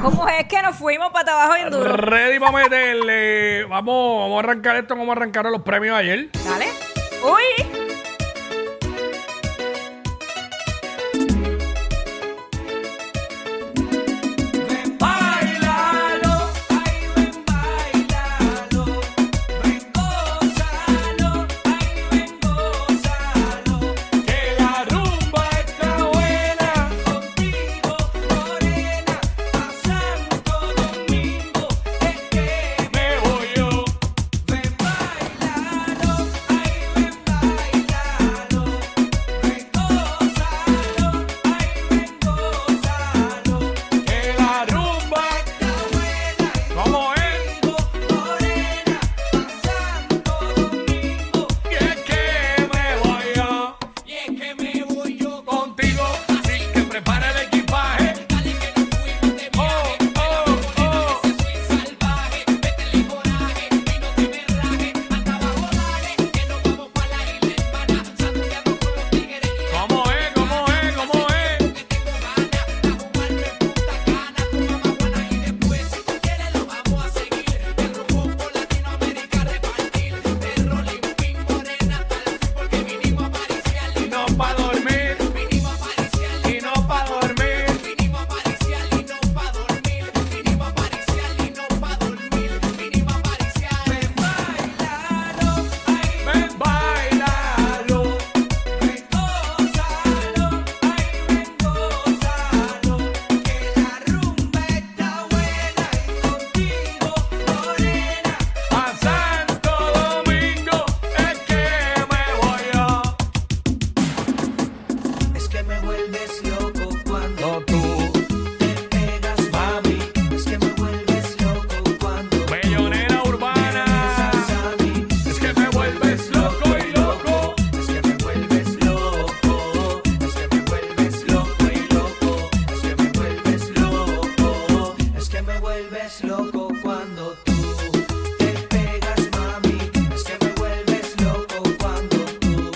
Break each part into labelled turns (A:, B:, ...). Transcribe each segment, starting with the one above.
A: ¿Cómo es que nos fuimos para abajo bien duro?
B: Ready para meterle. Vamos, vamos a arrancar esto como arrancaron los premios ayer.
A: Dale. Uy,
C: Bailalo, ay ven, bailalo, ven, gózalo, ay ven, gózalo, que la rumba está buena, contigo, morena, a Santo Domingo, es que me voy yo. Ven, bailalo, ay ven, bailalo, ven, gózalo, ay ven, gózalo, que la rumba está buena,
B: ¿Cómo es?
C: Domingo, morena, Santo Domingo,
B: Y es que me voy yo
C: y es que me voy yo con
B: contigo. Así que prepara el equipaje.
C: Dale que nos fuimos de viaje,
B: Oh, oh, oh.
C: que soy salvaje, métele coraje, y no te me raje, hasta abajo dale, que nos vamos pa' la isla hispana, sanduqueando con los tigres y la
B: ¿Cómo es? ¿Cómo es? ¿Cómo es?
C: que tengo ganas, a jugarme en Punta Cana, tu mamá Juana y después si tú quieres lo vamos a seguir, el rumbo por Latinoamérica a repartir, de Rolling Pin Morena, al fin porque vinimos a pariciar,
B: Y no pa' dormir.
C: vinimos a pariciar.
B: Y no pa' dormir.
C: Vinimos a pariciar y no pa' dormir. Vinimos a pariciar y no pa' dormir. Vinimos a pariciar. Ven, bailalo, ay,
B: Ven, bailalo.
C: ven, gózalo, ay, ven, gózalo. Que la rumba está buena y contigo, morena.
B: A Santo Domingo. Es que me voy yo.
C: Es que me vuelves loco cuando tú te pegas, mami. Es que me vuelves loco cuando
B: Bellonera urbana.
C: a mí.
B: Es que me vuelves loco y loco.
C: Es que me vuelves loco, es que me vuelves loco y loco, es que me vuelves loco, es que me vuelves loco cuando tú te pegas, mami, es que me vuelves loco cuando tú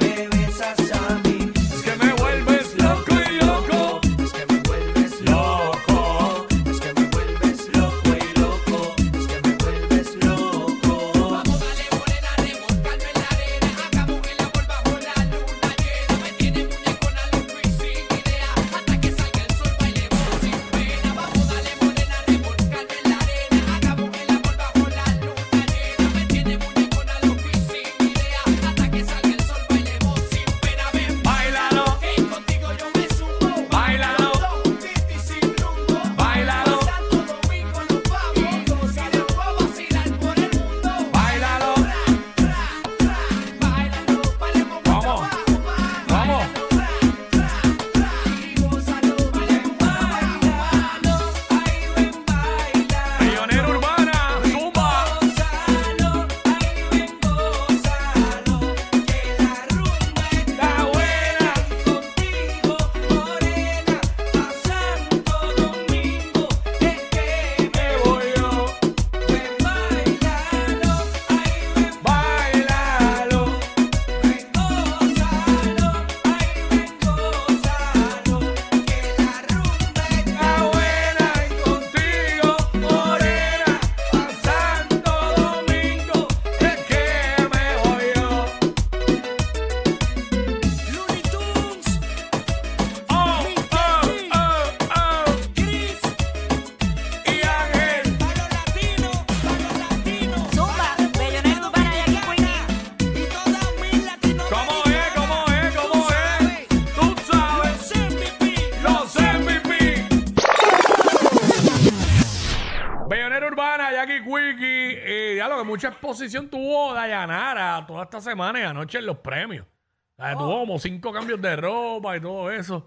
C: me besas a mí,
B: Es que me vuelves loco y loco.
C: es que me vuelves
B: Loco.
C: loco, es que me vuelves loco y loco, es que me vuelves loco.
D: Dale morena, revolcarme en la arena Hagamos el amor bajo la luna llena Me tiene muñeco, la luz y sin idea Hasta que salga el sol, bailemos sin pena Vamos, dale morena, revolcarme en la arena Hagamos el amor bajo la luna llena Me tiene muñeco, la luz y sin idea Hasta que salga el sol, bailemos sin pena Ven,
B: Bailalo,
D: que contigo yo me sumo
B: bailalo,
D: Todo un titi sin rumbo
B: bailalo,
D: Santo Domingo nos vamos Y nos vamos a vacilar por el mundo
B: bailalo. Vamos, vamos.
C: Ay, ven, baila.
B: Bellonera urbana. Zumba.
C: Gonzalo, ay ven Gonzalo, que la rumba
B: La
C: está
B: buena.
C: contigo, morena, a Santo Domingo, es que
B: Me voy yo.
C: ven bailalo, ay
B: Bailalo.
C: ven ven Gonzalo, ay ven Gonzalo, que la rumba está
B: La buena y contigo, morena. A Santo Domingo. Es que me voy yo.
D: Looney Tunes,
B: Oh, oh, oh, oh.
D: Chris,
B: Y Ángel.
D: para los latinos, para los latinos,
A: zumba, bellonera urbana de aquí, Queenie.
D: y todas mis latinos.
B: ¿Cómo es? ¿Cómo es? ¿Cómo es? Tú sabes. Los MVP. Bellonera Urbana, Jackie Quickie. Eh, ya lo que mucha exposición tuvo Dayanara toda esta semana y anoche en los premios. O sea, Tuvo como cinco cambios de ropa y todo eso.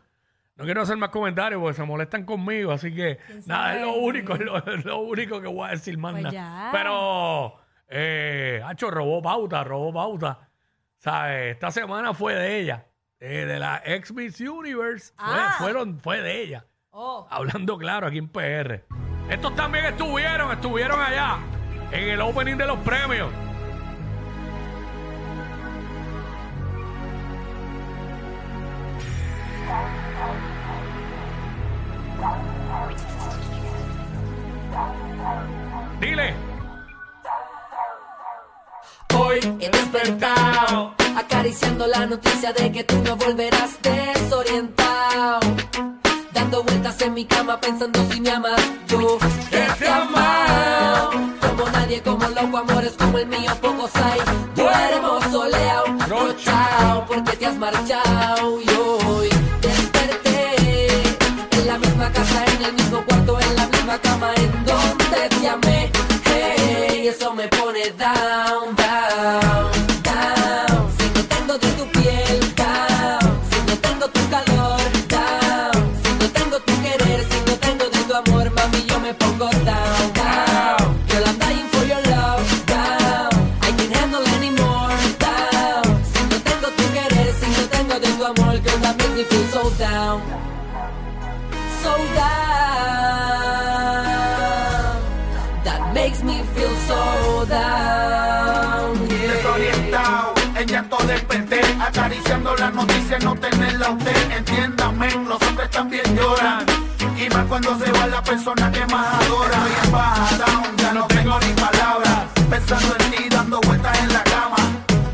B: No quiero hacer más comentarios porque se molestan conmigo, así que nada, es lo único, es lo, es lo único que voy a decir más
A: Pues
B: nada.
A: ya.
B: Pero, eh, Hacho robó pauta, robó pauta. ¿Sabes? Esta semana fue de ella, eh, de la ex Miss Universe. Fue-
A: Ah.
B: fueron, fue de ella.
A: Oh,
B: Hablando claro aquí en PR. Estos también estuvieron, estuvieron allá en el opening de los premios.
D: Bien despertado, acariciando la noticia de que tú no volverás desorientado. Dando vueltas en mi cama pensando si me amas yo. Que te he amado. Como nadie, como loco, amores como el mío, pocos hay. Duermo soleado, rochao, porque te has marchado y hoy desperté. En la misma casa, en el mismo cuarto, en la misma cama, en donde te amé. Hey, eso me pone down, down, down. Si no tengo de tu piel, down. Si no tengo tu calor, down. Si no tengo tu querer, si no tengo de tu amor, mami, yo me pongo down, down. Girl, I'm dying for your love, down. I can't handle anymore, down. Si no tengo tu querer, si no tengo de tu amor, girl, that makes me feel so down. So down. That makes me feel so down. yeah.
E: desorientado, en llanto desperté, acariciando las noticias, no tenerla a usted, entiéndame, los hombres también lloran, y más cuando se va la persona que más adora, Estoy en baja down, ya no tengo ni palabras, pensando en ti, dando vueltas en la cama,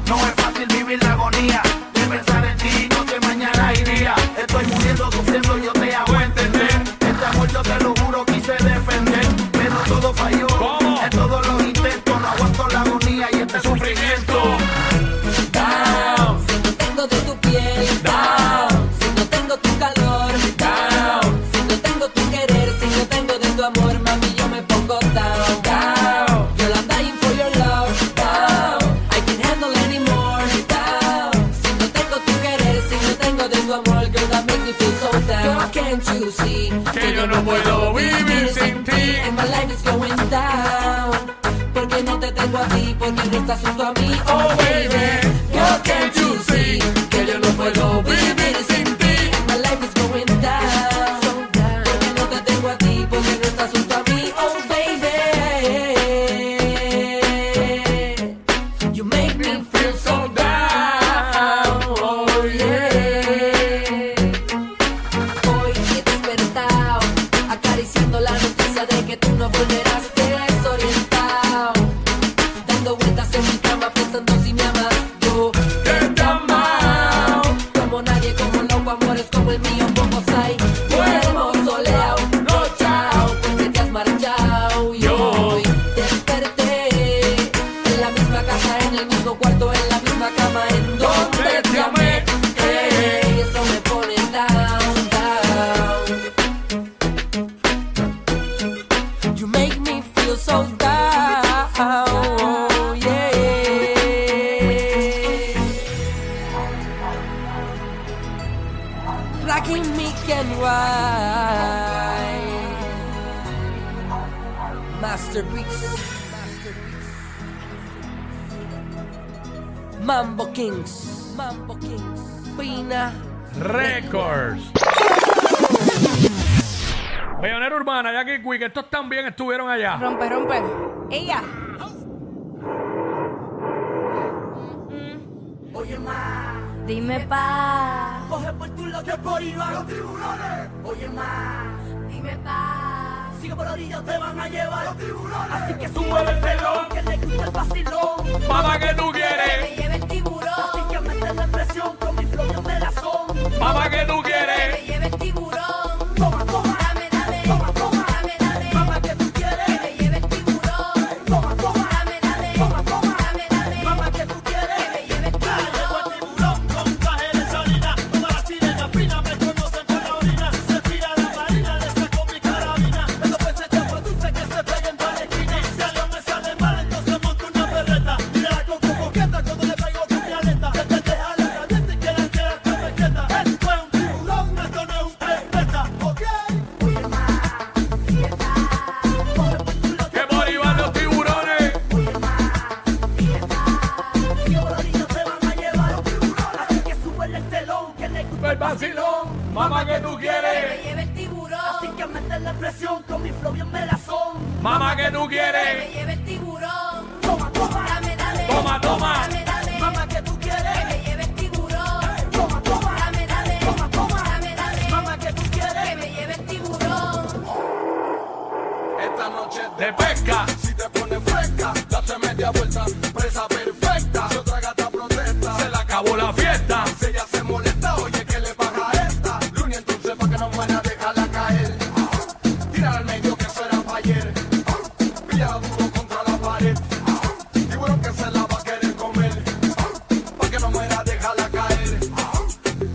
E: no es fácil vivir la agonía, de pensar en ti, no que mañana iría, estoy muriendo, sufriendo, yo te hago entender, este amor yo te lo juro, quise defender, pero todo falló,
B: ¿Cómo?
E: en todos los intentos, no aguanto la agonía y este sufrimiento.
D: down. Si no tengo de tu piel, down. Si no tengo tu calor, down. Si no tengo tu querer, si no tengo de tu amor, mami, yo me pongo down, down. Girl, I'm dying for your love, down. I can't handle anymore, down. Si no tengo tu querer, si no tengo de tu amor, girl, that makes me feel so down. Can't you see
B: Que yo no puedo vivir sin ti.
D: And my life is going down. Porque no te tengo a ti, porque no estás junto a mí. Oh, baby. Girl, can't you see que yo no puedo vivir sin ti? My life is going down. Porque no te tengo a ti, porque no estás junto a mí. Oh, baby. You make me feel so down. Oh, yeah. Hoy he despertado, acariciando la noticia de que tú no volverás desorientado. Dando vueltas en mi cama pensando si me amas yo.
B: Te he amado.
D: Como nadie, como loco, amores como el mío, pocos hay. Duermo soleado, no chao, porque te has marchado. Y hoy desperté, en la misma casa, en el mismo cuarto, en la misma cama, en donde te amé. Hey, eso me pone down, down. You make me feel so down. yeah. Rocking me can ride. Masterpiece. Mambo Kings. Mambo Kings. Pina.
B: Records. Bellonera Urbana, Jackie Quick, estos también estuvieron allá.
F: Rompe, rompe. Ella. Dime pa.
C: Coge por tu lado que por ir a los tribunales. Oye, ma,
F: Dime pa.
C: sigue por la orilla, te van a llevar los tribunales. Así que sube el telón, que le gusta el vacilón.
B: Papá que tú quieres,
F: lleve el tiburón.
C: Así que mete la presión con mi flow, yo te la son.
B: papá que tú quieres.
F: lleve el tiburón.
C: Toma, toma,
F: Dame, dame.
C: toma, toma.
F: Dame, dame.
C: Mamá, que tú quieres.
F: me lleve el tiburón.
C: Toma, toma,
F: Dame,
C: toma, toma.
F: dame. Dame,
C: Mamá,
F: dame.
C: que tú quieres.
F: me lleve el tiburón.
C: Llevo el tiburón con traje de salida. Todas las sirenas finas me conocen por la orina. Se tira la marina, le saco mi carabina. Pero pensé que fue dulce que se peguen para la esquina. Si a León me sale mal, entonces monto una perreta. Mira con tu coqueta cuando le pego tu violeta. Que te deja la caliente y que la entera te me quieta. Esto es un tiburón, esto no es un perreta. ¿Ok? Coge por tu lado,
B: Que por ahí van los tiburones.
C: que por la orilla te van a llevar los tiburones. Así que súbele el telón, que le gusta
B: El vacilón, mamá que tú quieres,
F: lleve el
C: Así
F: tiburón.
C: que mete la presión con mi flow bien melazón.
B: mamá que tú
F: me
B: quieres.
F: lleve el tiburón.
C: Toma, toma,
F: Dame, dame.
B: Toma, toma.
F: Dame,
C: mamá
F: dame.
C: que tú quieres.
F: me lleve el tiburón.
C: Toma, toma,
F: Dame, dame.
C: Toma, toma.
F: Dame, dame.
C: mamá que tú
F: Que
C: quieres.
F: me lleve el tiburón.
G: Esta noche
B: De pesca,
G: si te pones fresca, date media vuelta, presa perfecta. Yo acabó la fiesta. Si ella se molesta, oye, que le baja esta. Luni, entonces, para que no muera, déjala caer. Tírala al medio, que eso era pa' ayer. Pilla duro contra la pared. Y bueno, que se la va a querer comer. Pa' que no muera, déjala caer.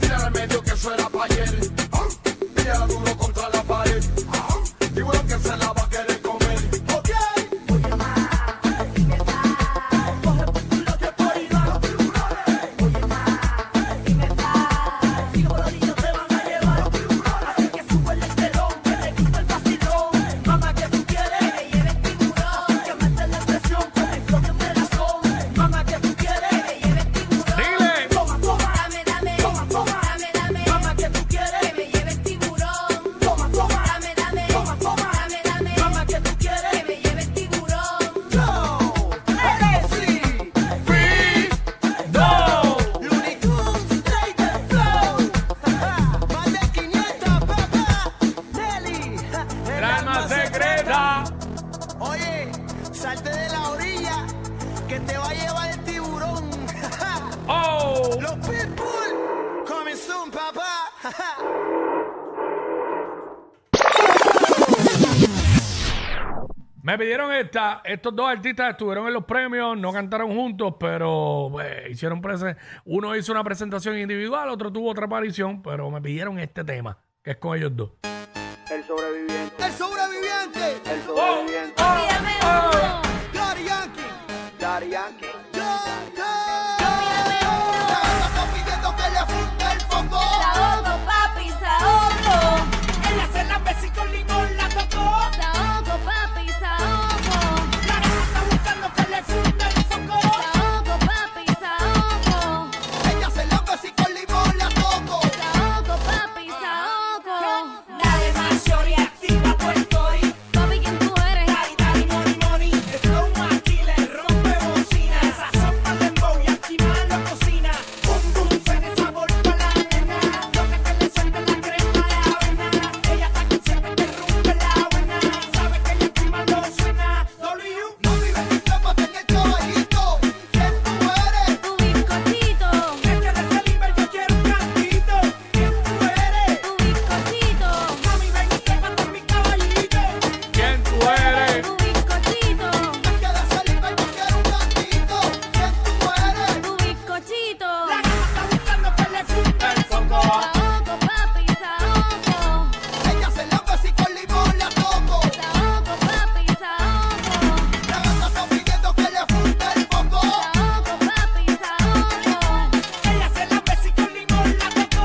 G: Tírala al medio, que eso era pa' ayer. Pilla duro contra la pared. Y bueno, que se la va a querer comer. Ok.
B: Dile.
F: Dame, dame, toma, toma, dame, dame, mamá que tú quieres, que me lleve el tiburón. Toma, toma, dame, dame, toma, toma, dame, dame, mamá que tú quieres, que me lleve el tiburón.
B: El alma secreta.
H: Oye, salte de la orilla que te va a llevar el tiburón.
B: Oh.
H: Los Pitbull coming soon, papá.
B: Me pidieron esta. Estos dos artistas estuvieron en los premios, no cantaron juntos, pero pues, hicieron prese- uno hizo una presentación individual, otro tuvo otra aparición, pero me pidieron este tema, que es con ellos dos.
I: El sobreviviente,
H: El sobreviviente,
I: el sobreviviente,
F: Mírame uno,
H: Daddy Yankee.
I: Daddy Yankee.
F: saoco, papi, saoco. En la cena pesi con limón la tocó. Saoco, papi, saoco. La nena está buscando que le funda el foco. Saoco, papi, saoco. Saoco, papi, saoco. La de mayor y activa pues estoy. Papi, ¿quién tú eres? Daddy, daddy, money, money. Flow aquí le rompe bocina. Esa sopa de bow y aquí mal lo cocina. Bum, bum, suena esa bolsa la nena. Loca que le suelta la crema a la avena. Ella está aquí siempre te rompe la avena. Sabe que ella prima no suena. W,
H: No vives en trampas en el caballito. ¿Quién tú eres?
F: Ah, tu bizcochito.
H: Este de ese libre yo quiero un cantito. ¿Quién tú eres?
F: Tu bizcochito.
H: Mami, ven y trépate en mi caballito.
B: ¿Quién tú eres?
F: Tu bizcochito.
H: Este de ese libre yo quiero un cantito. ¿Quién tú eres?
F: Tu bizcochito.
H: La nena está buscando que le funda el foco.
F: Saoco, papi, saoco.
H: Ella se la besa y con limón la toco.
F: Saoco, papi, saoco.
H: La gata está pidiendo que le funde el foco.
F: Saoco, papi, saoco.
H: Ella se la besa y con limón la toco.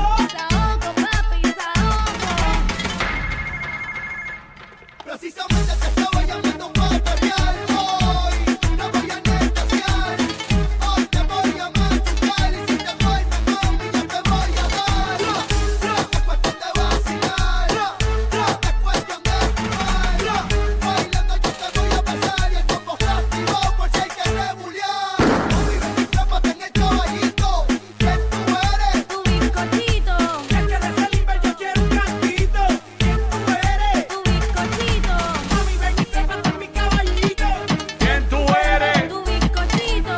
F: Saoco, papi, saoco.
H: Precisamente te estaba llamando para pelear. Hoy no voy a negociar. Hoy te voy a machucar. Y si te vuelves conmigo te voy a dar. Después tú te vacilar. Es cuestión de jugar. Bailando yo te voy a pasar. Y el combo está activado por si hay que rebuliar. No vives en trampas en el caballito. ¿Quién tú eres?
F: Tu bizcochito,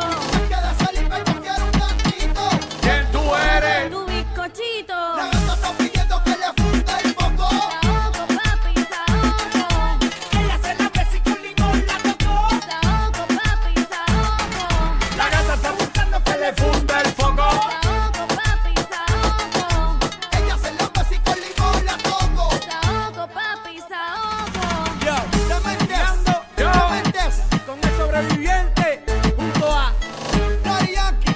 H: Este de ese libre yo quiero un cantito. ¿Quién tú eres?
F: tu bizcochito,
H: Mami, ven y trépate en mi caballito.
B: ¿Quién tú eres?
F: tu bizcochito,
H: Queda salir, pero yo quiero un tantito.
B: ¿Quién tú eres?
F: tu bizcochito.
H: La gata está pidiendo que le funda el foco.
F: Saoco, papi, saoco.
H: Ella se la besa y con limón la tocó.
F: Saoco, papi, saoco.
B: La gata está buscando que le funda el foco.
F: Saoco, papi, saoco.
H: Ella se la besa y con limón la tocó.
F: Saoco, papi, saoco.
H: Yo, no mentes, no mentes. Con el sobreviviente, junto a Daddy Yankee,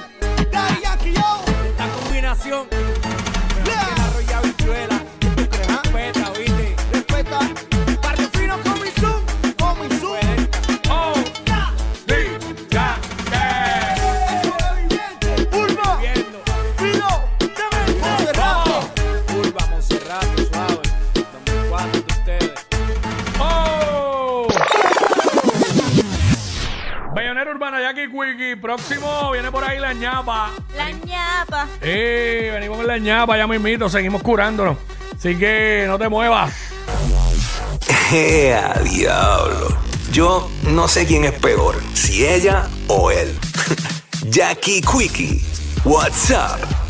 H: Daddy Yankee, yo. Esta combinación, arrolla bichuela. Respeta, oíste. Respeta. Barrio fino con mi zoom, con mi zoom.
B: Oh.
H: Pues, Pulva, Filo, Monserrato, Pulva, Monserrato, suave, 2004 de ustedes.
B: ¡Oh! Bayonera Urbana, Jackie Quickie. Próximo viene por ahí la ñapa.
F: La ñapa.
B: Eh, venimos con la ñapa, ya mismito. Seguimos curándonos. Así que no te muevas.
J: ¡Ea, diablo! Yo no sé quién es peor, si ella o él. Jackie Quickie,
C: WhatsApp